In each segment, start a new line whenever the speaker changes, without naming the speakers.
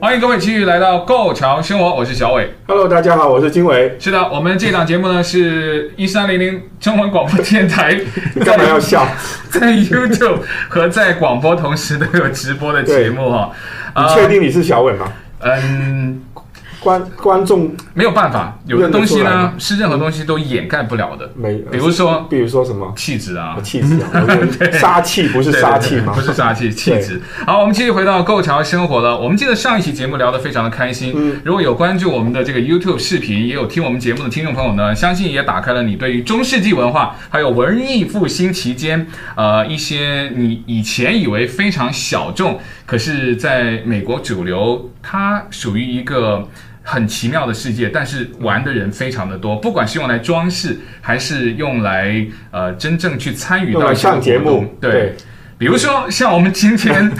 欢迎各位继续来到《够强生活》，我是小伟。
Hello，大家好，我是金 伟。
是的，我们这档节目呢是一三零零中文广播电台
你 干嘛要笑？
在 YouTube 和在广播同时都有直播的节目哈、啊
你确定你是小伟吗？
嗯，
观观众
没有办法，有的
认得
东西
出来
呢
吗
是任何东西都掩盖不了的，
没？
比如说
比如说什 么？
气质啊，
气质 啊，我以为杀气不是
对对
杀
对
气吗
不？是杀气，气质。好，我们继续回到购潮生活了。我们记得上一期节目聊得非常的开心。
嗯
如果有关注我们的这个 YouTube 视频，也有听我们节目的听众朋友呢，相信也打开了你对于中世纪文化还有文艺复兴期间，呃，一些你以前以为非常小众，可是在美国主流，它属于一个。很奇妙的世界，但是玩的人非常的多，不管是用来装饰，还是用来呃真正去参与
用
到
来
一些
上节
活动
目，
对，比如说，像我们今 天，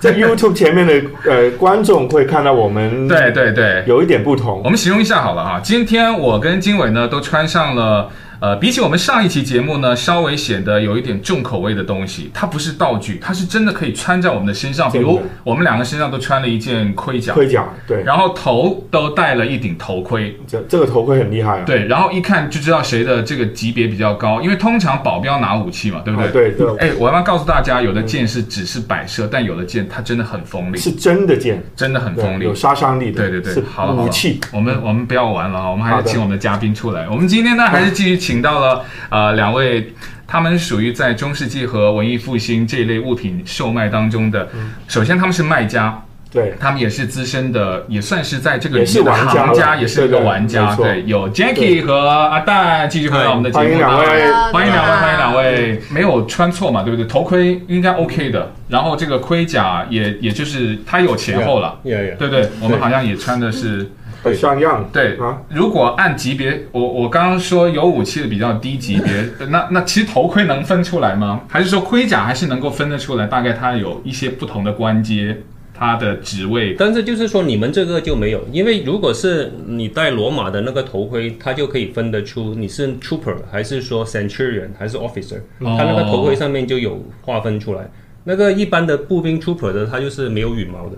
在 YouTube 前面的呃观众会看到我们
对对对，
有一点不同
我，们形容一下好了啊。今天我跟经纬呢都穿上了，呃，比起我们上一期节目呢，稍微显得有一点重口味的东西。它不是道具，它是真的可以穿在我们的身上。比
真的
如我们两个身上都穿了一件盔甲，
盔甲对，
然后头都戴了一顶头盔，
这这个头盔很厉害啊，
对，然后一看就知道谁的这个级别比较高，因为通常保镖拿武器嘛，对不对？
啊对对
哎，我要不要告诉大家，有的剑是只是摆设，但有的剑它真的很锋利，
是真的剑，
真的很锋
对，
利
有。杀伤力的，
对对对
是，
好了好
武
了
器。，
我们我们不要玩了啊，我们还
好
是
的
请我们的嘉宾出来。我们今天呢，还是继续请到了呃两位，他们属于在中世纪和文艺复兴这一类物品售卖当中的，
嗯
首先他们是卖家，
对，
他们也是资深的，也算是在这个
也
领
是
域的
玩家
行家，
了
也是一个
对对
玩家。
没错
对，有 Jackie 和阿蛋继续回到我们的节
欢迎
目
两
当中。
位，
啊
Hello，
欢迎两位，
大家好
欢迎两位，没有穿错嘛，对不对？头盔应该 OK 的，然后这个盔甲也也就是它有前后了，
Yeah, yeah.
对不对？我们好像也穿的是
很像样，
对
啊，。
如果按级别，我我刚刚说有武器的比较低级别，呃那那其实头盔能分出来吗？还是说盔甲还是能够分得出来？大概它有一些不同的关节，它的职位
但是就是说，你们这个就没有，因为如果是你戴罗马的那个头盔，它就可以分得出你是 trooper 还是说 centurion 还是 officer，
哦
它那个头盔上面就有划分出来。那个一般的步兵 trooper 的，它就是没有羽毛的。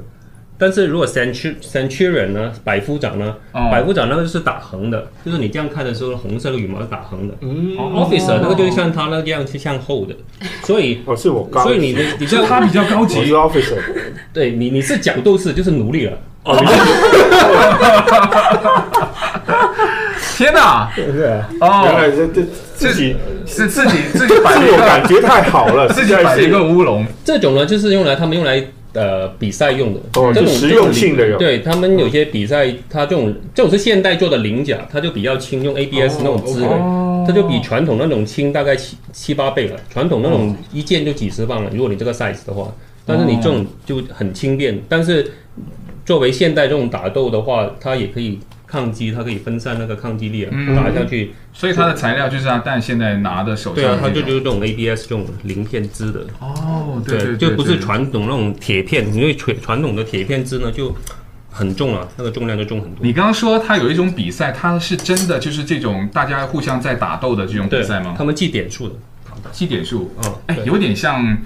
但是如果 centur centurion 呢，百夫长呢，
哦
百夫长那个就是打横的，就是你这样看的时候，红色的羽毛是打横的。
哦
officer 那个就是像他那样是向后的，所以
哦，是我高，
所以你的你知道
它比较高
我是
级，
officer，
对你你是角斗士就是奴隶了。
天哪！
原
哦，
来这这自己
是自己自己摆了
自
一
我感
个
觉太好了，
自
实
己
在
摆了一
是
个乌龙，
这种呢，就是用来他们用来呃比赛用的，
哦
这
就
种
实用性的有
对他们有些比赛，它这种这种是现代做的鳞甲，它就比较轻，用 ABS 那种织的，
哦
它就比传统那种轻大概七七八倍了。传统那种一件就几十磅了，如果你这个 size 的话，但是你这种就很轻便。但是作为现代这种打斗的话，它也可以抗击，它可以分散那个抗击力啊，
嗯
打下去。
所以它的材料就是阿蛋现在拿的手上
对啊，它
这
就
种
就是这种 ABS 这种鳞片织的。
哦，对对，
对，就不是
对
传统那种铁片，因为传传统的铁片织呢就很重啊，那个重量就重很多。
你刚刚说它有一种比赛，它是真的就是这种大家互相在打斗的这种比
对
赛吗？
他们记点数的，
记点数，
嗯，
哎，
对
有点像，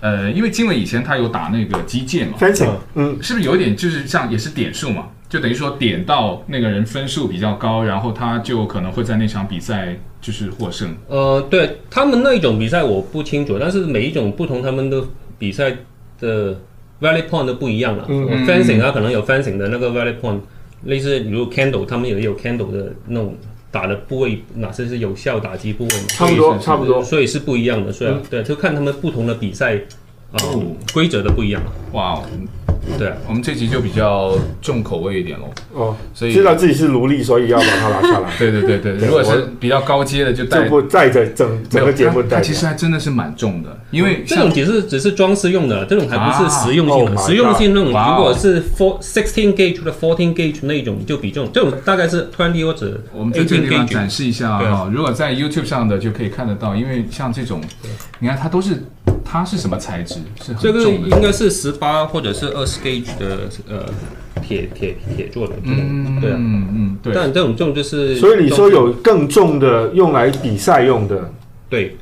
呃，因为经纬以前他有打那个击剑嘛，
fencing，嗯，
是不是有点就是像也是点数嘛？就等于说点到那个人分数比较高，然后他就可能会在那场比赛就是获胜。
呃，对他们那一种比赛我不清楚，但是每一种不同他们的比赛的 valid point 都不一样了。
嗯
fencing 它可能有 fencing 的那个 valid point，类似比如 candle，他们也有 candle 的那种打的部位，哪些是有效打击部位嘛？
差不
是
多
是是
差不多，
所以是不一样的，所以、啊对，就看他们不同的比赛啊、呃
嗯哦
规则的不一样，
哇哦，
对啊。
我们这集就比较重口味一点喽。
哦，
所以
知道自己是奴隶，所以要把它拿
，
下来
对对对对，
对
如果
我
是比较高阶的就带
这部带着整整个节目
它
带
它其
着。
实还真的是蛮重的，因为
嗯这
像
种只是只是装饰用的，这种还不是实用性
啊，Oh my
的。
God
实用性那种，
哇哦
如果是 four sixteen gauge 的 fourteen gauge 那一种，就比这种这种大概是 twenty 或者
我们在这个
eighteen
地方展
gauge。
示一下啊
对
哈，如果在 YouTube 上的就可以看得到，因为像这种，你看它都是它是什么材质，是很
这个
重
应
的。
该是十八或者是二十 gauge 的呃铁铁铁做的，这种对啊。
嗯嗯，对。
但这种这种就是，
所以你说有更重的用来比赛用的，
对，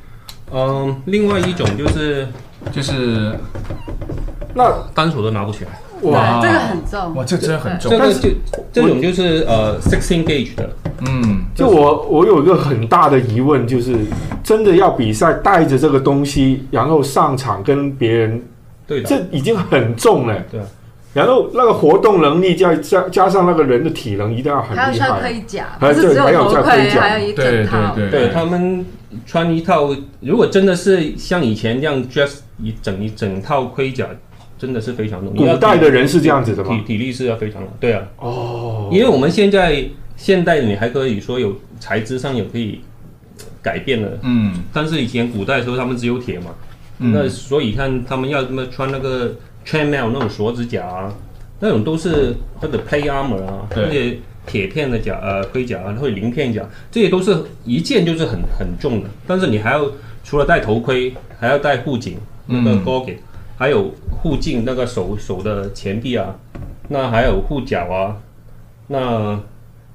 嗯，另外一种就是
就是
那
单手都拿不起来，
对，这个很重。
哇，这真的很重
这。
但
个
是
就这种就是呃 sixteen gauge 的，
嗯，
就我我有一个很大的疑问，就是真的要比赛带着这个东西，然后上场跟别人，
对的，
这已经很重了。
对啊。
然后那个活动能力加加加上那个人的体能，一定要很
还有
厉
穿盔
害。
甲，不
哎
是
对
只有
还有
头
穿
盔，
盔甲
还有一
对
整套。
对
对他们穿一套，如果真的是像以前这样 dress 一整一整套盔甲，真的是非常重。你
古
要
代的人是这样子的
体
吗？
体力是要非常好，对啊，
哦，
因为我们现在现代你还可以说有材质上有可以呃改变的，
嗯
但是以前古代的时候他们只有铁嘛，
嗯
那所以看他们要么穿那个 chainmail 那种锁指甲啊，那种都是或者 play armor 啊，
对
那些铁片的甲呃盔甲啊，或者鳞片甲，这些都是一件就是很很重的，但是你还要除了戴头盔，还要戴护颈那个
嗯
goggle，、还有护颈那个手手的前臂啊，那还有护脚啊，那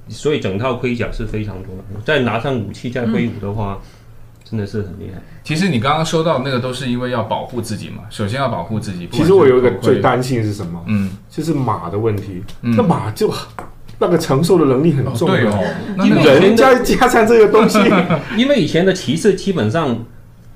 所以整套盔甲是非常重要的，再拿上武器再挥舞的话，真的是很厉害。
其实你刚刚说到那个都是因为要保护自己嘛，首先要保护自己。不
其
管
实
是
我有一个
头盔
最，担心是什么？
嗯，
就是马的问题。
嗯
那马就哦那个承受的能力很
哦
重
对
的，
哦，那
因为
那个
人加加上这个东西，
因为以前的骑士基本上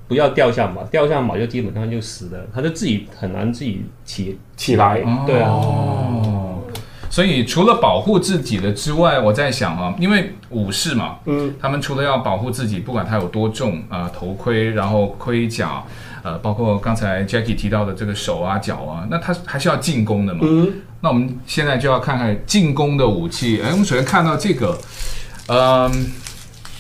不要掉下马，掉下马就基本上就死了，他就自己很难自己骑。
起来
对啊，
哦，所以除了保护自己的之外，我在想啊，因为武士嘛，
嗯，
他们除了要保护自己，不管他有多重啊、呃头盔，然后盔甲，呃，包括刚才 Jackie 提到的这个手啊、脚啊，那他还是要进攻的嘛。
嗯，
那我们现在就要看看进攻的武器。哎，我们首先看到这个，嗯、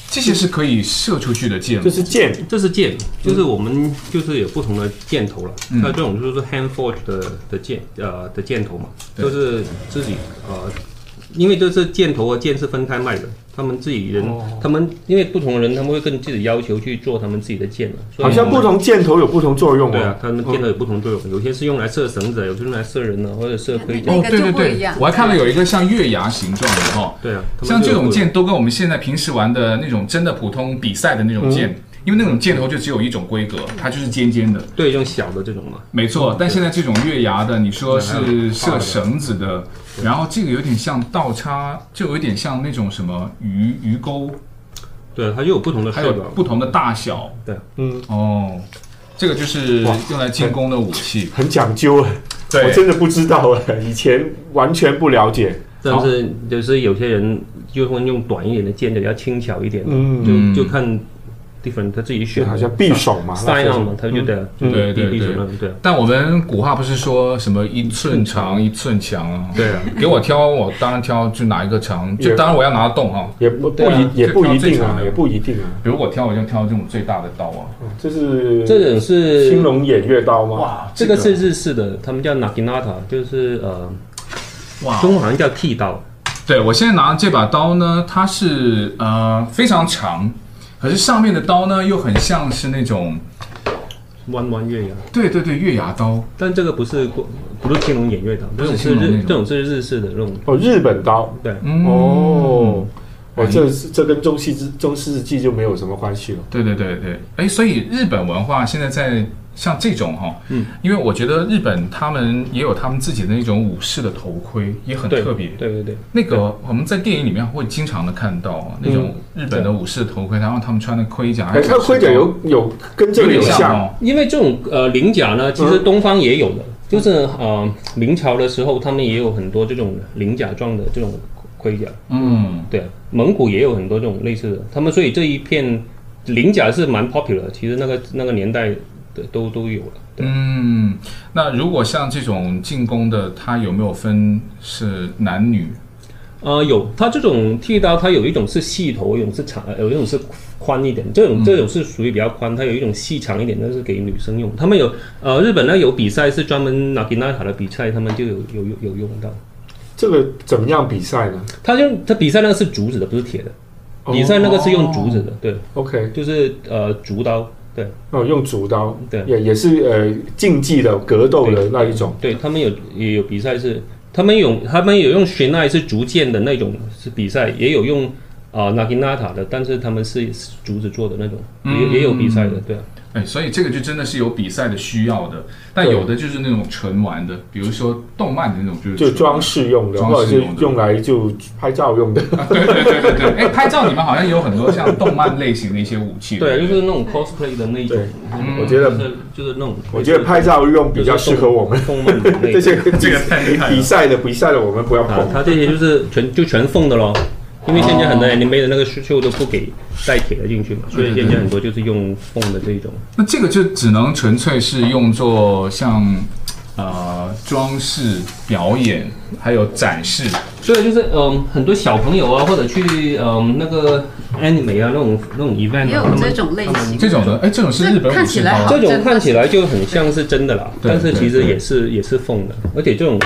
这些是可以射出去的箭
就
吗？
是剑，
这是
嗯
剑，就是我们就是有不同的箭头了。那、这种就是 hand forge 的的箭，呃的箭头嘛，
对
就是自己呃，因为这是箭头和剑是分开卖的，他们自己人，
哦
他们因为不同的人，他们会跟自己要求去做他们自己的剑了。所以
好像
我们
不同箭头有不同作用
对啊
哦，。
他们箭头有不同作
嗯
用，有些是用来射绳子啊的，有些用来射人的，或者射盔甲。
那
哦，
个
对
就
对
不一
对
样，
我还看了有一个像月牙形状的哈、哦，
对啊，他们
像
就
这
有
种
不同
剑都跟我们现在平时玩的那种真的普通比赛的那种
嗯
剑，因为那种箭头就只有一种规格，它就是尖尖的，
对，用小的这种嘛，
没错。但现在这种月牙的，你说是射绳子的，然后这个有点像倒插，就有点像那种什么鱼鱼钩，
对，啊它又有不同的
还
设
有
计。
不同的大小
嗯，
哦。这个就是
哇
用来进攻的武器，
很讲究啊，我真的不知道啊，以前完全不了解。
但是就是有些人就会用短一点的剑，就比较轻巧一点的，
嗯，
嗯
就就看地方他自己
就
选。
好像匕首嘛，那
sign
是嗯
on 嘛，他就对啊，就
对
是
对
地
对
什么对啊，
但我们古话不是说什么一寸长一寸强啊？
对啊，
给我挑，我当然挑就哪一个长，就
也
当然我要拿得动哈、
也不不
对啊
一也不
就挑
一定啊
最长，的
也不一定啊，哦
比如我挑，我就挑这种最大的刀啊。
这是
这种是
青龙偃月刀吗？
哇，
这个是日式的，他们叫 naginata，就是呃，
哇
中文好像叫剃刀，
对我现在拿的这把刀呢，它是呃非常长，可是上面的刀呢又很像是那种，
弯弯月牙。
对对对，月牙刀。
但这个不是不是青龙偃月刀，这
是
种是
青龙那
日
种
这种是日式的那种，
哦，日本刀
对，
嗯，哎
哦。哦，这是这跟中西之中世纪就没有什么关系了。
对对对对，哎，所以日本文化现在在像这种哈、嗯，因为我觉得日本他们也有他们自己的那种武士的头盔，也很
对
特别。
对对对。
那个我们在电影里面会经常的看到啊那种日本的武士头盔，然后他们穿的盔甲，
哎，它盔甲有有跟这个有
有点
像，
哦，
因为这种呃鳞甲呢，其
嗯
实东方也有的，就是呃明朝的时候，他们也有很多这种鳞甲状的这种盔甲，
嗯。
对啊，蒙古也有很多这种类似的，他们所以这一片鳞甲是蛮 popular，的其实那个那个年代的都都有了，对，
嗯，那如果像这种进攻的，它有没有分是男女？
呃有，它这种剃刀它有一种是细头，有一种是长，呃有一种是宽一点，这种这种是属于比较宽，它有一种细长一点，那是给女生用，他们有呃日本呢有比赛是专门拿给纳塔的比赛，他们就有有有有用到。
这个怎么样比赛呢
他就他比赛那个是竹子的，不是铁的。
哦
比赛那个是用竹子的，对，
？OK，
就是呃竹刀，对
哦，用主刀，
对
也也是呃竞技的格斗的那一种。
对，他们有也有比赛是，他们有他们有用悬崖是竹剑的那种是比赛，也有用啊 naginata 的，但是他们是竹子做的那种，
嗯
也也有比赛的，对啊，
哎，所以这个就真的是有比赛的需要的，但
对
有的就是那种纯玩的，比如说动漫的那种，就是纯
就
玩
装饰用的，
装饰
或者是
用的
用来就拍照用的。
对对对对对，哎，拍照你们好像有很多像动漫类型的一些武器，
对啊，就
不
是那种 cosplay 的那一种
对，
嗯
我觉
就
得，
是就是那种，
我觉得拍照用比较适合我们。
动漫的 那
这些
种
这个太厉害了
比赛的比赛的我们不要
啊
碰，。
它这些就是全就全缝的咯。因为现在很多 anime 的那个绣都不给带铁的进去嘛，所以现在很多就是用缝的这一种。
那这个就只能纯粹是用作像呃装饰、表演，还有展示。
所以就是嗯，很多小朋友啊，或者去嗯那个 anime 啊那种那种 event，
也
啊
有
他
这
们
种类型。
这种的，哎，这种是日本武
看
士
起
刀
来
啊
好
这种看起来就很像是真的啦，
对
但是其实
对对
也是也是缝的，而且这种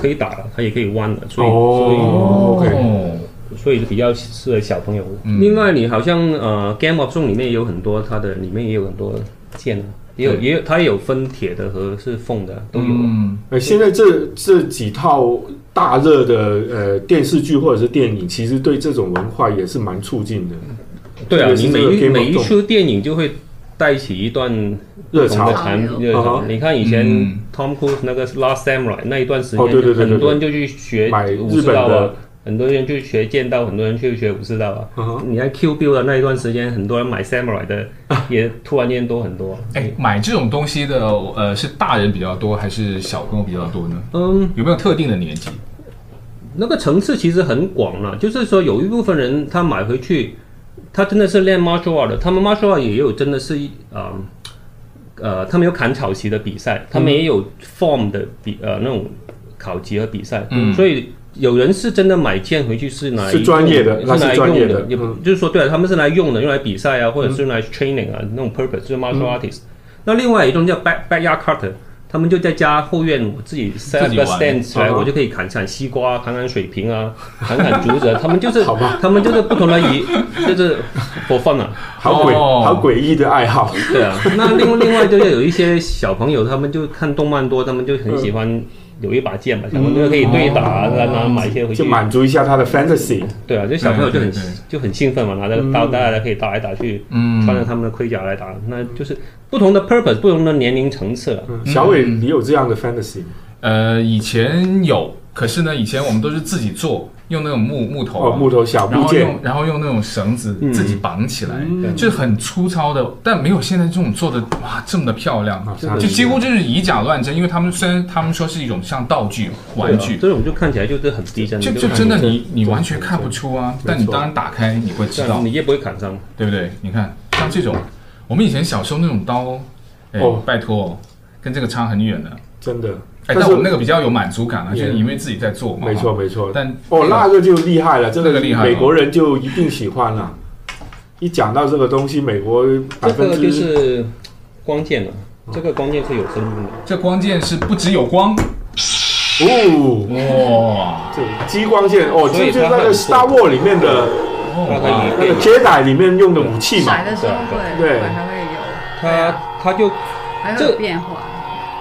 可以打了，它也可以弯的，所以
哦，OK，
哦，
所以比较适合小朋友。
嗯
另外，你好像呃 Game of Thrones 里面也有很多它的里面也有很多剑啊，也有
对
也有它也有分铁的和是缝的都有。
嗯，
呃现在这这几套大热的呃电视剧或者是电影，其实对这种文化也是蛮促进的
对啊，
特别是
你每
这个
一
Game of
每一出电影就会带起一段
热
不同
潮。
的产
潮
热
啊
潮。你看以前
嗯
Tom Cruise 那个《Last Samurai》那一段时
哦
间，
对对对对
很多人就去学
买日
武士
本
道啊
的，
很多人就学剑道，很多人去学武士道啊。
嗯哼
你看 Q Bill 的那一段时间，很多人买 Samurai 的也突然间多很多。
哎，买这种东西的，呃，是大人比较多还是小朋友比较多呢？
嗯，
有没有特定的年纪？
那个层次其实很广了，就是说有一部分人他买回去，他真的是练 martial art 的，他们 martial art 也有真的是呃呃，他们有砍草席的比赛，他们也有 form 的比呃那种考级和比赛，
嗯
所以。有人是真的买剑回去是拿来
是专业的
用
那
是
是
拿来
专业
用
的
也不
嗯
就是说对、啊，他们是拿来用的，用来比赛啊，或者是用来 training 啊，那种 purpose 就是 martial
嗯
artist。那另外一种叫 back backyard cutter，他们就在家后院我自己
自
set up
己
a
玩
stand 起来，
啊
我就可以砍砍西瓜，砍砍水瓶啊， 砍砍竹子啊，他们就是
好吧，
他们就是不同的 仪，就是火放啊，
好诡
哦
好诡异的爱好，
对啊。
嗯
那另另外就是有一些小朋友，他们就看动漫多，他们就很喜欢有一把
嗯
剑嘛，小朋友就可以对打啊，然后买 一些回去
就，
哦
满足一下他的 fantasy。
对啊，就小朋友就很
对对对
就很兴奋嘛，拿着刀大家可以打来打去，
嗯
穿着他们的盔甲来打，那就是不同的 purpose，不同的年龄层次了。啊
嗯小伟，你有这样的 fantasy 吗？
呃，以前有，可是呢，以前我们都是自己做，用那种木木头啊、
哦，木头嗯小
然
部
后
件
用，然后用那种绳子
嗯
自己绑起来，就是很粗糙的，但没有现在这种做的哇这么的漂亮
啊，
这个
就几乎就是以假乱真。因为他们虽然他们说是一种像道具玩具，
这种就看起来就是很逼真，
就
你
就
看
真的
起来
你你完全看不出啊，但你当然打开你会知
但
道，
啊你也不会砍伤。
对不对？你看像这种，我们以前小时候那种刀，哎
哦，
拜托，跟这个差很远的。
真的。
哎，
但
但
是
我们那个比较有满足感啊，就是
Yeah
因为自己在做嘛，
没错没错，
但
哦，那个就厉害了，这
那
个
个厉害
美
哦
国人就一定喜欢了。一讲到这个东西，美国百
这
分
个
之、
就是光剑了，
啊
这个光剑是有生命的。
这关键是不只有光
哦，
哇，
这激光线哦，
所
这
以
就是那
它
个
很
Star War 里面的
它可
哇
以
那个 Jedi 里面用的武器嘛
甩，的时候会
对
会还会有，
它它就
还会
这
有变化。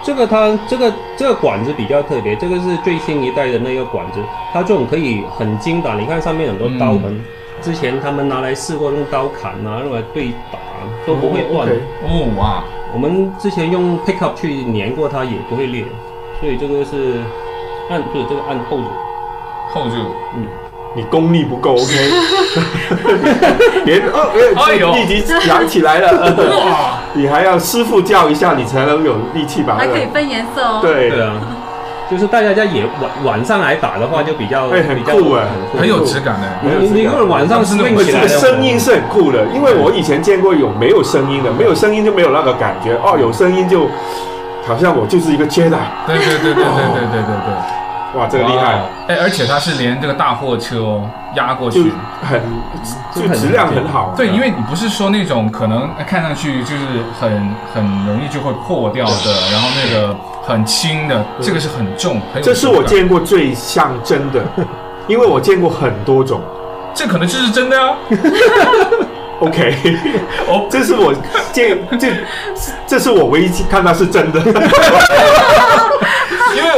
这个它这个这个管子比较特别，这个是最新一代的那个管子，它这种可以很精打。你看上面很多刀痕，
嗯
之前他们拿来试过用刀砍啊，用来对打啊都不会断。
哦，OK
哦哇，
我们之前用 pickup 去粘过它也不会裂，所以这个是按不是这个按扣子。
扣住，
你功力不够，OK？别哦，
哎呦
哎，立即扬起来了，呃
哇，
你还要师傅教一下，你才能有力气把
还
那
可
个
以分颜色哦。，
对
对啊，就是大家在野晚晚上来打的话，就比较
会很
比较
酷哎
很酷
很有质感的，
没有
你
这
你如
个
果晚上是
动
拎
而且
起
这
来
个
的话，
声音是很酷的，因为我以前见过有没有声音的，没有声音就没有那个感觉哦，有声音就好像我就是一个 Jedi，
对对对对对对对对对，
哇，这个厉害
哇，！哎，而且它是连这个大货车哦压过
就
去。
很
这
就
个很
质量很好，啊
对，因为你不是说那种可能哎看上去就是很很容易就会破掉的，然后那个很轻的，这个是很重，很有
这是
重
我
感，
见过最像真的，因为我见过很多种
这可能就是真的啊。
，OK，
哦
这是我 见这这是我唯一看到是真的，
因为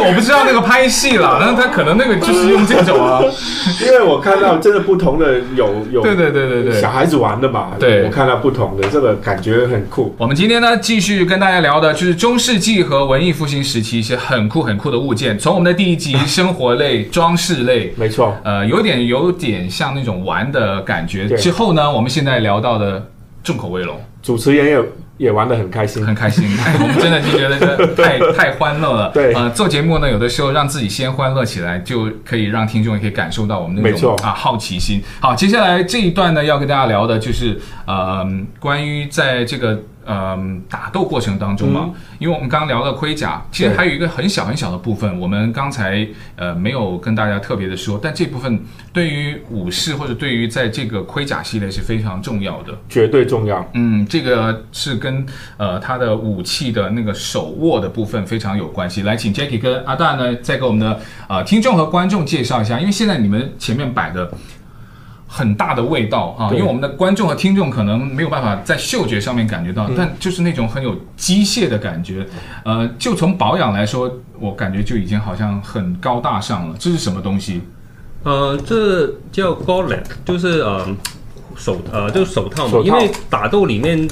我不知道那个拍戏啦，那他可能那个就是用这种啊，
因为我看到真的不同的有有
对对对对对
小。孩子玩的嘛，
对
我看到不同的这个感觉很酷。
我们今天呢，继续跟大家聊的就是中世纪和文艺复兴时期一些很酷很酷的物件。从我们的第一 集生活类、装饰类，
没错，
呃，有点有点像那种玩的感觉。
对
之后呢，我们现在聊到的重口味龙，
主持人也也玩得很开心。
很开 心。哎，我们真的就觉得这太太欢乐了。
对
呃，做节目呢，有的时候让自己先欢乐起来，就可以让听众也可以感受到我们那
没
种
错
啊好奇心。好，接下来这一段呢，要跟大家聊的就是呃，关于在这个。嗯，打斗过程当中
嗯
嘛，因为我们刚刚聊了盔甲，其实
对
还有一个很小很小的部分，我们刚才呃没有跟大家特别的说，但这部分对于武士或者对于在这个盔甲系列是非常重要的。
绝对重要，
嗯，这个是跟呃他的武器的那个手握的部分非常有关系。来，请 Jackie 跟阿蛋呢，再给我们的呃听众和观众介绍一下，因为现在你们前面摆的很大的味道啊，因
对
为我们的观众和听众可能没有办法在嗅觉上面感觉
嗯
到，但就是那种很有机械的感觉。呃，就从保养来说，我感觉就已经好像很高大上了。这是什么东西？
呃，这叫 gauntlet，就是呃手呃就是手套嘛
手，套
因为打斗里面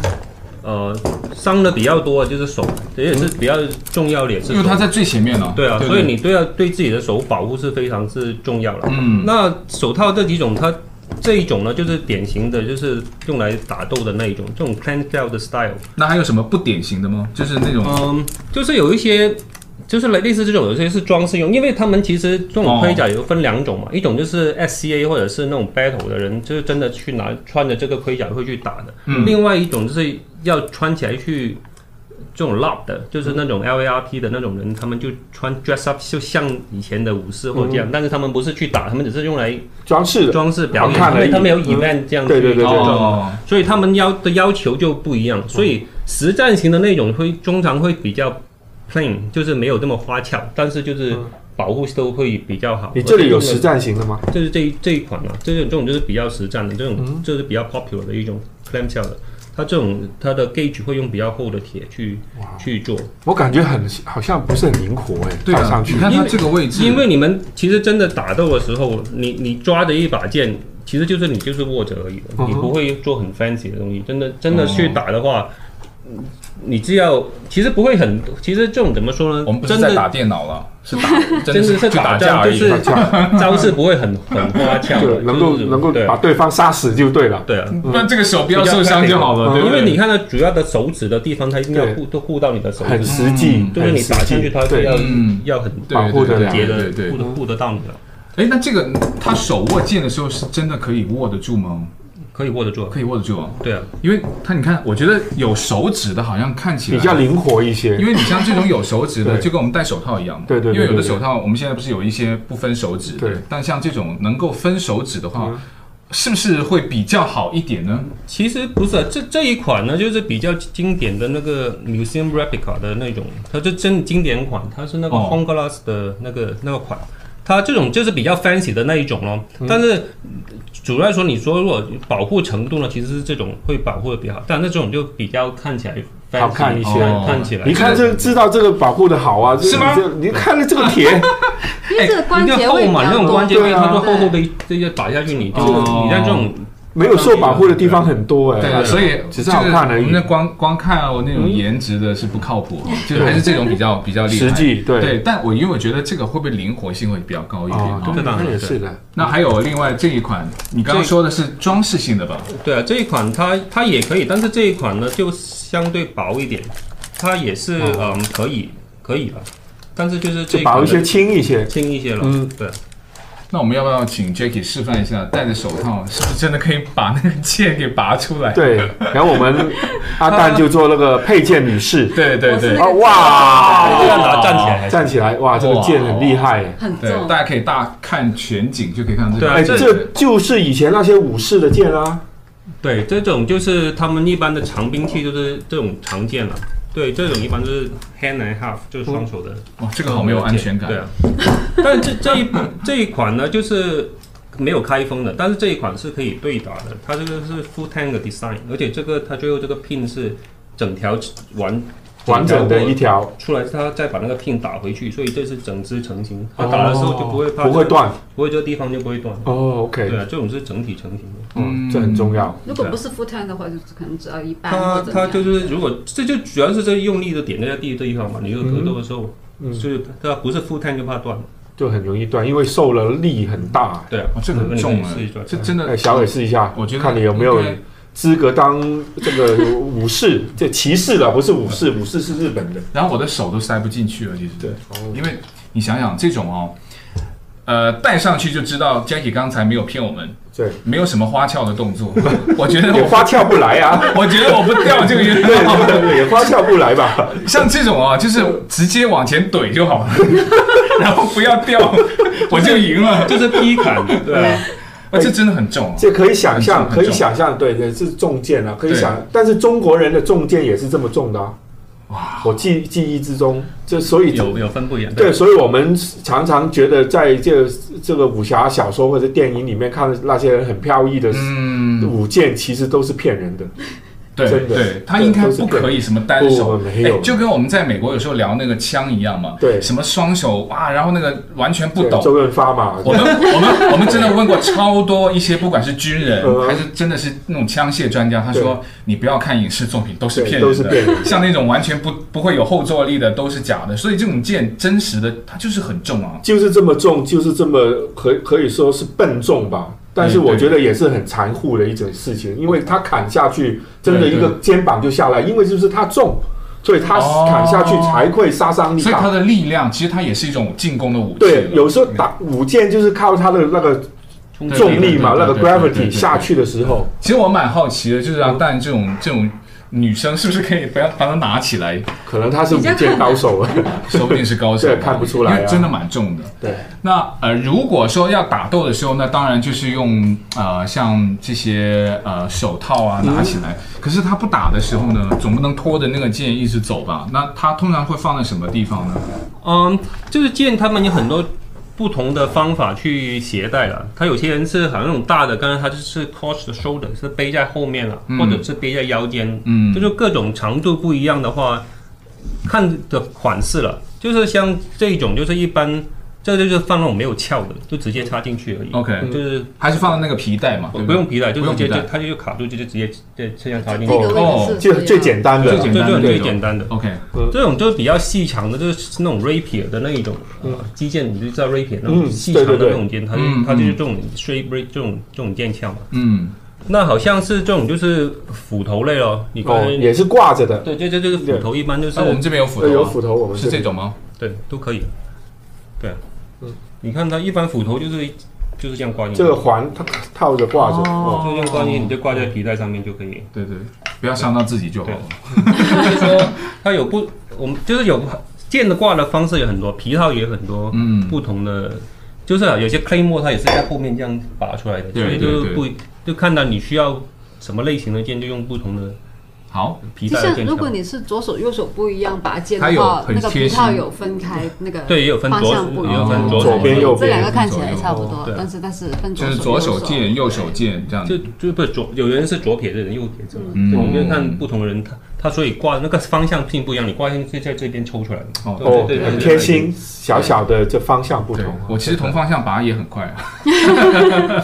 呃伤的比较多的就是手，也是比较重要的也是手。
因为它在最前面呢、
对啊，
不
所以你对啊对自己的手保护是非常是重要了。
嗯
那手套这几种，它这一种呢就是典型的，就是用来打斗的那一种，这种 clan style 的 style。
那还有什么不典型的吗？就是那种、
嗯，就是有一些，就是类类似这种，有些是装饰用，因为他们其实这种盔
哦
甲有分两种嘛，一种就是 SCA 或者是那种 battle 的人，就是真的去拿穿着这个盔甲会去打的，
嗯
另外一种就是要穿起来去。这种 l o b 的，就是那
嗯
种 LARP 的那种人，他们就穿 dress up，就像以前的武士或者这
嗯
样，但是他们不是去打，他们只是用来
装饰的，
装饰表
好
演，
看
他
而已
们他们有
嗯
event 这样去
对对对对
装
哦。
所以他们要的要求就不一样，所以实战型的那种会通常会比较 plain，就是没有这么花俏，但是就是保护都会比较好。
你这里有实
时，
战型的吗？
就是这一这一款啊，这种这种就是比较实战的，这种就是比较 popular 的一种 clamshell 的，它这种它的 gauge 会用比较厚的铁去去做，
我感觉很好像不是很灵活哎，
对
照
啊，
上去
你看
因
它
为
这个位置，
因为你们其实真的打斗的时候，你你抓着一把剑，其实就是你就是握着而已的，
嗯哼哦
你不会做很 fancy 的东西。真的真的去打的话，你只要其实不会很，其实这种怎么说呢？
我们不是
真
在打
的
电脑了，是 打，真
真
的
的是
去打
打
架
仗，
而
就
已。
是招式不会很很花俏
就
的，
能够
就是
能够
对
把
啊
对方杀死就对了。
对啊。
那这个手不要受伤就好了，对不
因
对？
为你看它主要的手指的地方，它一定要
对
护都护到你的手
很
指，
实际，
就是
很
你
实
打下
际
去，它
对
要
嗯
要很
对
保护
对
得了
结的
对对
护
对。
得护得到你了，
哎，那这个他手握剑的时候是真的可以握得住吗？
可以握得住啊。
可以握得住啊，
对啊，
因为他你看，我觉得有手指的好像看起来
比较灵活一些
因。为你像这种有手指的，
对
就跟我们戴手套一样嘛。
对对对
因为有的
对对
手套，我们现在不是有一些不分手指的
对，
但像这种能够分手指的话，是不是会比较好一点呢？
其实不是啊，这这一款呢，就是比较经典的那个 Museum Replica 的那种，它是真经典款，它是那个
哦
h o n g l a s 的那个、那个款，它这种就是比较 fancy 的那一种咯。
嗯
但是主要来说，你说如果保护程度呢，其实是这种会保护的比较好，但那这种就比较看起来 fancy
好看一些哦
看看起来
你看就知道这个保护的好啊，
是吗
这个？你看了这个铁，
因为这个关
一定
节
要
位
厚
比
嘛，
较
那种
多
关节位，
对啊
它就厚厚的一这些打下去，你就、
哦
你在这种
没有受保护的地方很多哎。
对啊，所以
只是好看而已
就是那光光看哦那种颜值的是不靠谱，就是还是这种比较 比较厉害。
嗯实际对
对，但我因为我觉得这个会不会灵活性会比较高一点
哦，
啊？
这
对，
当然
那也
对
是的。
那还有另外这一款，你刚刚说的是装饰性的吧？
对啊，这一款它它也可以，但是这一款呢就相对薄一点，它也是、嗯可以可以了，但是就是这
哦就保
款
一些
呢
轻一些，
轻一些了。
嗯
对，
那我们要不要请 Jacky 示范一下，戴着手套是不是真的可以把那个剑给拔出来？
对。然后我们阿蛋就做那个配件 女士，
对对对
我是
啊哇，
这样拿站起来还是
站起来，哇，这个剑很厉害耶。
很
对，
重，
大家可以大看全景就可以看到这
对
个。
啊
哎，
这
这就是以前那些武士的剑啊，
对，这种就是他们一般的长兵器，就是这种常见了。对，这种一般就是 hand and half，就是双手的。
哇，这个好没有安全感。
对啊， 但这这一这一款呢，就是没有开封的，但是这一款是可以对打的。它这个是 full tank 的 design，而且这个它最后这个 pin 是整条完
完整的一条，
出来，它再把那个 pin 打回去，所以这是整只成型。它啊打的时候就不会怕、
哦不会，断。
不会这个地方就不会断。
哦，OK，
对啊，这种是整体成型的。
嗯，这很重要。
如果不是 full time 的话，就只可能只要一半
它
或者
它就
这样
是如果这就主要是这用力的点在地这一方嘛，你有格斗的时
嗯
候，就是它不是 full time 就怕断。
就很容易断，因为受了力很大。
对啊
哦，这个很重啊
试一下，
这真的
哎，小伟试一下，
我觉得
看你有没有
应该
资格当这个武士，这骑士的不是武士，武士是日本的。哦
然后我的手都塞不进去了，其实。
对，
因为你想想这种哦，呃，戴上去就知道 Jackie 刚才没有骗我们，
对，
没有什么花俏的动作。 我觉得
也
我，
花俏不来啊，
我觉得我不掉这个原
对
因好。
对对，也花俏不 来吧。
像这种啊，就是直接往前怼就好了， 然后不要掉， 我就赢了。
就是劈砍，对啊，
哎
啊，这真的很重啊。
这可以想象，
很重
可以想象，对对，是重剑啊，可以
对
想，但是中国人的重剑也是这么重的啊。哇，我记记忆之中，这所以
有有分不一样。
对，所以我们常常觉得在这个这个武侠小说或者电影里面看的那些人很飘逸的
嗯，
舞剑，其实都是骗人的。
对
真的
对，他
对
应该
都是
不
对
可以什么单手，
不没有
哎就跟我们在美国有时候聊那个枪一样嘛，
对
什么双手哇，然后那个完全不
对
懂，
周润发嘛，
我们我们我们真的问过超多一些，不管是军人
嗯
还是真的是那种枪械专家，他说你不要看影视作品，都是骗人
对都是骗
的，像那种完全不不会有后坐力的都是假的，所以这种剑真实的它就是很重啊。
就是这么重，就是这么可可以说是笨重吧。但是
嗯对
我觉得也是很残酷的一种事情，因为他砍下去，真的
对对
一个肩膀就下来，因为就是他重，所以他
哦
砍下去才会杀伤力
所以它
大。
的力量其实它也是一种进攻的武器了。
对，有时候打武剑就是靠他的那个
冲
对
重力嘛，
对
那
对
个
对对对对对
gravity 下去的时候，
其实我蛮好奇的，就是让蛋这种这种女生是不是可以不要把它拿起来，
可能他是武
比较
剑
看
高手啊。
说不定是高手
这，看不出来啊
因为真的蛮重的。
对，
那呃，如果说要打斗的时候，那当然就是用呃像这些呃手套
嗯
啊拿起来。可是他不打的时候呢，总不能拖着那个剑一直走吧？那他通常会放在什么地方呢？
嗯，就是剑他们有很多不同的方法去携带了。他有些人是好像那种大的，刚才他就是 cross the shoulder，是背在后面了，
嗯
或者是背在腰间，
嗯
就是各种长度不一样的话，看的款式了。就是像这种，就是一般。这就是放那种没有鞘的，就直接插进去而已。
OK
就是
还是放在那个皮带嘛？对
我
对
不用皮带，就
哦嗯不用
直接
皮带
就它就就卡住，就就直接这这样插进去。
这个位
就
置是这样
哦最简单的
最
了，
简
这
单的
就
那
最
种
简单的。
OK，
这种就是比较细长的，就是那种 rapier 的那一种，呃，击剑你就知道 rapier 那种
嗯
细长的
对对对
那种剑，它就
嗯
它就是这种 straight r a p 这种这种剑鞘嘛。
嗯，
那好像是这种就是斧头类咯，你刚
哦，
才
也是挂着的，
对，这这这个斧头一般就是
那我们这边有斧头、
呃
啊，
有斧头，我们
是这
边
种吗？
对都可以，对啊
嗯，
你看它一般斧头就是就是这样挂进去，
这个环，它套着挂着，
哦
哦
就这样挂进去，你就挂在皮带上面就可以。
对对，不要伤到自己就好了。
就是说它有不，我们就是有剑的挂的方式有很多，皮套也有很多，
嗯
不同的，就是啊，有些 claymore 它也是在后面这样拔出来的，
对
所以就
对
是不就看到你需要什么类型的剑，就用不同的
好，
皮
就
带的
像
剑
如
鞘
果。
嗯
你是左手右手不一样拔剑
它
的
有
话，
很
那个
贴
皮套
心
有分开那个
对也有分
方
左
向不一
也
样
有分左
手左边右
这两个
边
看起来也
左右
差不多
对，
但是但是分左
就是
手
左手
右
剑、右手剑这样
就
子。
就不是左，有人是左撇子，有人右撇子嘛，
嗯
对，你就
嗯
看不同的人，他他所以挂那个方向性不一样，你挂线是在这边抽出来的，
哦
对
哦
对，对
很
对
贴
对
心，小小的这方向不
对
同啊，，
我其实同方向拔也很快啊。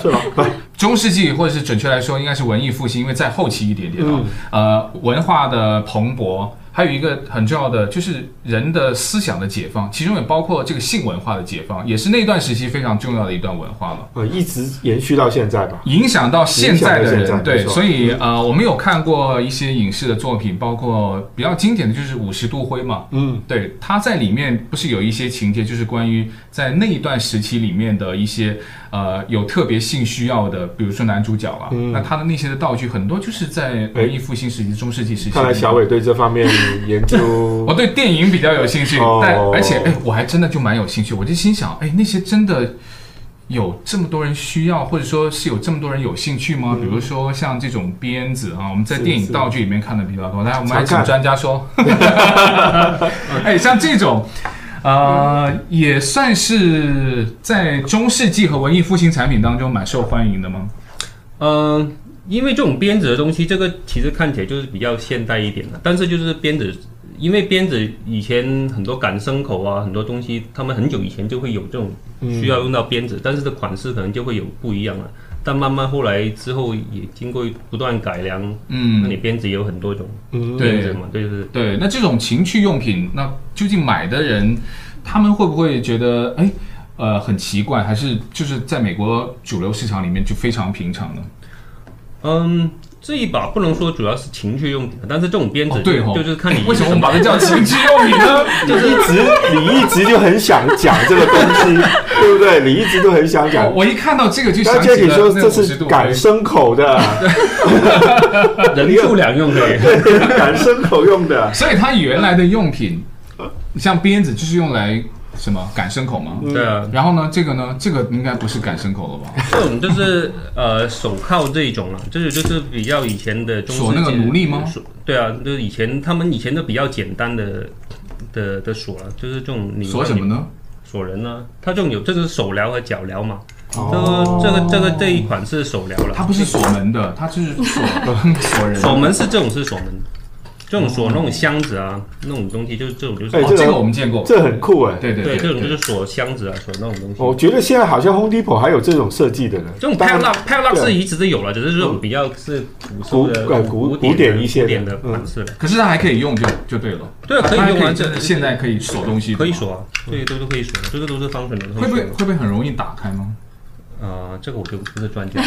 是吧？
中世纪，或者是准确来说，应该是文艺复兴，因为在后期一点点啊、呃，文化的蓬勃，还有一个很重要的就是人的思想的解放，其中也包括这个性文化的解放，也是那段时期非常重要的一段文化了。
呃，一直延续到现在吧。
影响到现在的
影响到现
人，
在没
对，
错
所以呃，我们有看过一些影视的作品，包括比较经典的就是《五十度灰》嘛，
嗯，
对，它在里面不是有一些情节，就是关于在那一段时期里面的一些呃有特别性需要的，比如说男主角啊，
嗯哎
那他的那些的道具很多就是在文艺复兴时期、中世纪时期。
看来小，伟对这方面研究
我对电影比较有兴趣，
哦
但而且哎，我还真的就蛮有兴趣，我就心想，哎，那些真的。有这么多人需要，或者说是有这么多人有兴趣
嗯
吗？比如说像这种鞭子啊，我们在
是
电影
是
道具里面看的比较多。来，我们来
常
请
看
专家说。 哎，像这种，呃，也算是在中世纪和文艺复兴产品当中蛮受欢迎的吗？
嗯，因为这种编织的东西，这个其实看起来就是比较现代一点的，但是就是编织因为鞭子以前很多赶牲口啊，很多东西，他们很久以前就会有这种
嗯
需要用到鞭子，但是的款式可能就会有不一样了。但慢慢后来之后也经过不断改良，那
嗯，
你鞭子也有很多种
嗯
鞭
对
子嘛，对就是
对。那这种情趣用品，那究竟买的人他们会不会觉得哎呃很奇怪，还是就是在美国主流市场里面就非常平常呢？
嗯，这一把不能说主要是情趣用品，但是这种鞭子
哦对哦
就是看你
为什么我们把它叫情趣用品 呢？
你一直你一直就很想讲这个东 西，对不对？你一直都很想讲
我。我一看到这个就
刚
想
杰
起
你
了
说
那呃
这
五十
是
度
赶牲口的，
人畜两用可以。
赶牲口 用的，
所以它原来的用品，像鞭子就是用来什么赶牲口吗？
对啊，
然后呢，这个呢，这个应该不是赶牲口了吧？
这种就是呃手铐这一种啊，这是就是比较以前的中世纪
锁那个奴隶吗
锁对啊，就是以前他们以前的比较简单的的的锁了、就是这种你
锁什么？呢？
锁人呢、它这种有这个是手镣和脚镣嘛。
哦
这个这个这个这一款是手镣了，
它不是锁门的，它就是 锁锁人。
锁门是这种是锁门，这种锁那种箱子啊，那种东西就是这种就是、
哎
哦，这个我们见过。
这很酷哎。
对对
对，这
对
种就
对
是锁箱子啊，锁那种东西。
我觉得现在好像 Home Depot 还有这种设计的呢。
这种
当然
padlock padlock
对
是一直都有了，只是这种比较是古
古
时候
呃古
的
古
古
典
典
一些的
古典的
嗯
款式了。
可是它还可以用就就对了。
对，可
它
以
还
用啊，这
就是现在可以锁东西，
可以
对吧。
锁啊，这些都是可以锁的，这个都是方程的。
会不会
啊
会不会很容易打开吗？，
呃这个我就不是专家。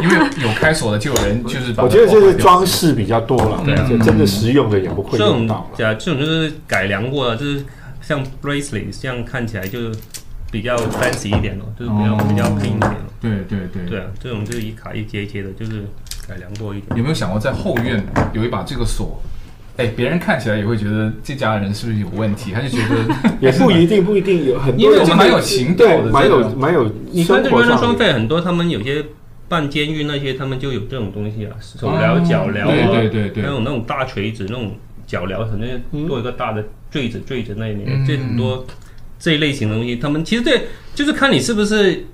因为有开锁的就有人就是把它
我觉得这
破坏
是
掉
装饰比较多了，
对啊
就真的实用的也不会
这
用
种
到了。
假这种就是改良过了，就是像 bracelet 这样看起来就比较 fancy 一点咯，就是比较
哦
比较 clean 一点咯。
对对对
对啊，这种就是一卡一节一节的，就是改良过一点。
有没有想过在后院有一把这个锁？哎，别人看起来也会觉得这家人是不是有问题？他就觉 得
也不一定，不一定有很多
因为
人
我们
这个
蛮有情调
对
的，
蛮
真
有
的
蛮有
你看
生
这
活
冤
上
冤
的
双费很多，他们有些办监狱那些，他们就有这种东西啊，手
哦
镣、脚镣啊，
对对对对
还有那种大锤子，那种脚镣，可能做一个大的坠子，坠子那里面，
嗯
这很多这一类型的东西，他们其实对，就是看你是不是。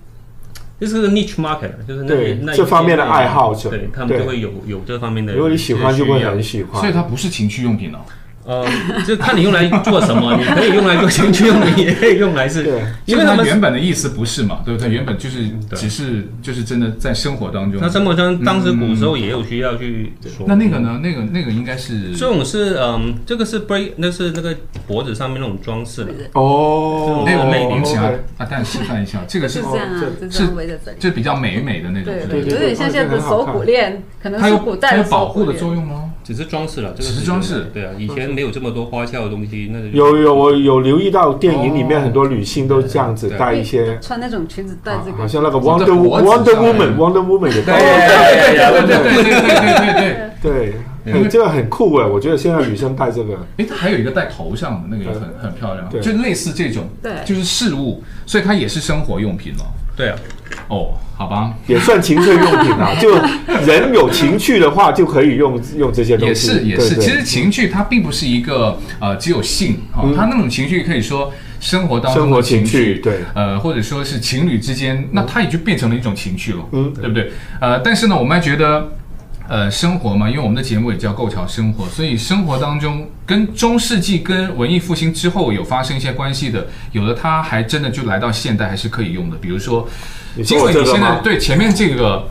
就是个 niche market，就是那
对
那一
这方面的爱好者
对他们
对
就会有有这方面的需
如
要。
果你喜欢就会很喜欢。
所以它不是情趣用品哦。
呃，就看你用来做什么，你可以用来做情趣用品，也可以用来是
对，
因为
它
他们
原本的意思不是嘛，对不对？原本就是
对
只是就是真的在生活当中。
那生活中当时古时候也有需要去说。
那那个呢？那个那个应该是
这种是嗯，这个是 brace，那是那个脖子上面那种装饰的。
哦，
那个
哦
美，我们请阿
OK
阿蛋示范一下，这个是
是这样啊，就这样围着这里。
就比较美美的那种
对，
是
对，
吧
对
有点像现在的手骨链，可能
它
是
有
古
它
代
有
的
保
手
护
骨
的
链。
作用吗？
只是装饰了，这个
只是装饰
真的对啊，以前没有这么多花俏的东西，那就
有有我有留意到电影里面很多女性都这样子
对
带一些，
穿那种裙子戴这
好
个，
啊
好像那个
脖子
Wonder
上面
Wonder Woman Wonder Woman 也
对
带
对对对对对对对对。
对，
对
哎这个很酷哎，我觉得现在女生戴这个，
哎，它还有一个戴头上的那个也很很漂亮，
对
就类似这种，
对
就是饰物，所以它也是生活用品了。
对啊，
哦，好吧，
也算情趣用品啊。就人有情趣的话，就可以用用这些东
也
西。
是也是，
对对
其实情趣它并不是一个呃只有性啊，哦它那种情趣可以说生活当中
嗯生活
的情
情趣对
呃或者说是情侣之间，那它也就变成了一种情趣了，
嗯
对不对？呃，但是呢，我们还觉得。呃，生活嘛，因为我们的节目也叫《构桥生活》，所以生活当中跟中世纪、跟文艺复兴之后有发生一些关系的，有的它还真的就来到现代还是可以用的，比如说，
你
经
说
纬
我这
你
个
现在
吗？
对前面这个，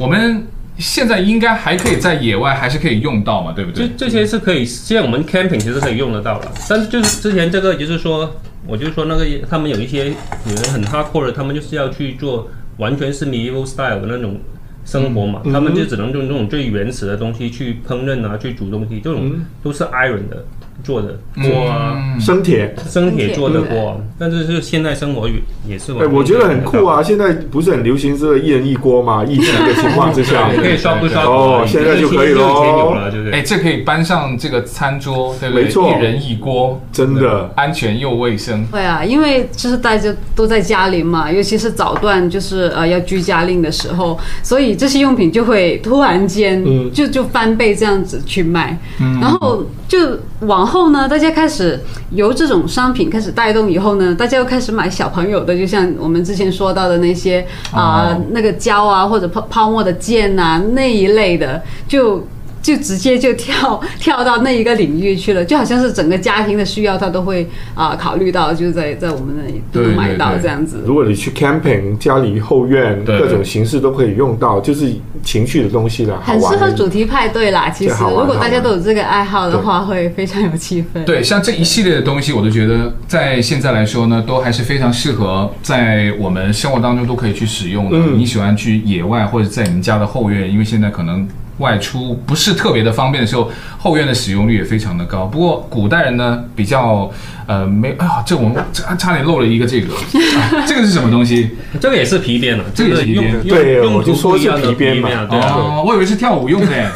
我们现在应该还可以在野外还是可以用到嘛，对不
这
对？
这些是可以，现在我们 camping 其实可以用得到了。但是就是之前这个，就是说，我就说那个他们有一些有人很 hardcore 的，他们就是要去做完全是 medieval style 的那种生活
嗯
嘛，他们就只能用那种最原始的东西去烹饪啊，去煮东西，
嗯
这种都是 iron 的做的锅啊。
嗯
生铁，
生铁做的锅，啊但是是现代生活也也是
嗯哎，我觉得很酷啊！现在不是很流 行这个一人一锅嘛？疫情的情况之下
我，们可以刷不刷
哦现在就可以咯
以前有啊了，对不
哎，
对？
这可以搬上这个餐桌，对不对？
没错
一人一锅，
真的
安全又卫生。
对啊，因为就是大家都在家里嘛，尤其是早段就是呃要居家令的时候，所以这些用品就会突然间
嗯
就就翻倍这样子去卖，
嗯
然后就往后呢，大家开始由这种商品开始带动以后呢，大家又开始买小朋友的，就像我们之前说到的那些啊、
哦
那个胶啊或者泡泡沫的剑啊那一类的，就。就直接就跳跳到那一个领域去了，就好像是整个家庭的需要，他都会啊、考虑到，就是在在我们那里都
对
能买
对
到
对
这样子。
如果你去 camping，家里后院
对
各种形式都可以用到，就是情趣的东西了，好
很适
玩。
合主题派对啦，其实
这好玩
如果大家
好玩
都有这个爱好的话，会非常有气氛。
对，像这一系列的东西，我都觉得在现在来说呢，都还是非常适合在我们生活当中都可以去使用的。你喜欢去野外或者在你们家的后院，因为现在可能。外出不是特别的方便的时候，后院的使用率也非常的高。不过古代人呢，比较呃没啊，这我们这差点漏了一个这个、哎这个是什么东西？
这个也是皮鞭啊，
这个也是
是
皮
用
鞭
用
对
用
我就
途
说
不一
是
样的
皮鞭嘛
啊，对啊，
哦，我以为是跳舞用的 耶。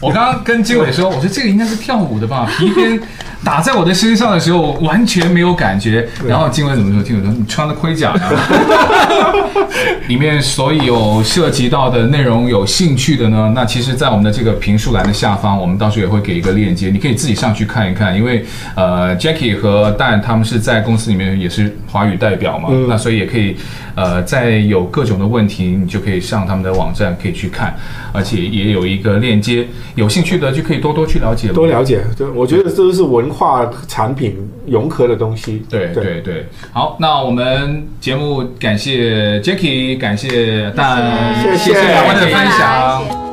我刚刚跟经纬说，我说这个应该是跳舞的吧？皮鞭打在我的身上的时候完全没有感觉。然后经纬怎么说？经纬说你穿了盔甲啊呀。里面所有涉及到的内容有兴趣的呢，那其实，在我们的这个评述栏的下方，我们到时候也会给一个链接，你可以自己上去看一看。因为呃，Jackie 和蛋他们是在公司里面也是华语代表
嗯
嘛，那所以也可以呃，在有各种的问题，你就可以上他们的网站可以去看，而且也有一个链接，有兴趣的就可以多多去了解了。
多了解，对，我觉得这都是文化产品融合的东西。
对对对，好，那我们节目感谢 Jackie，感谢蛋，
谢谢
谢两位的分
拜
享
拜。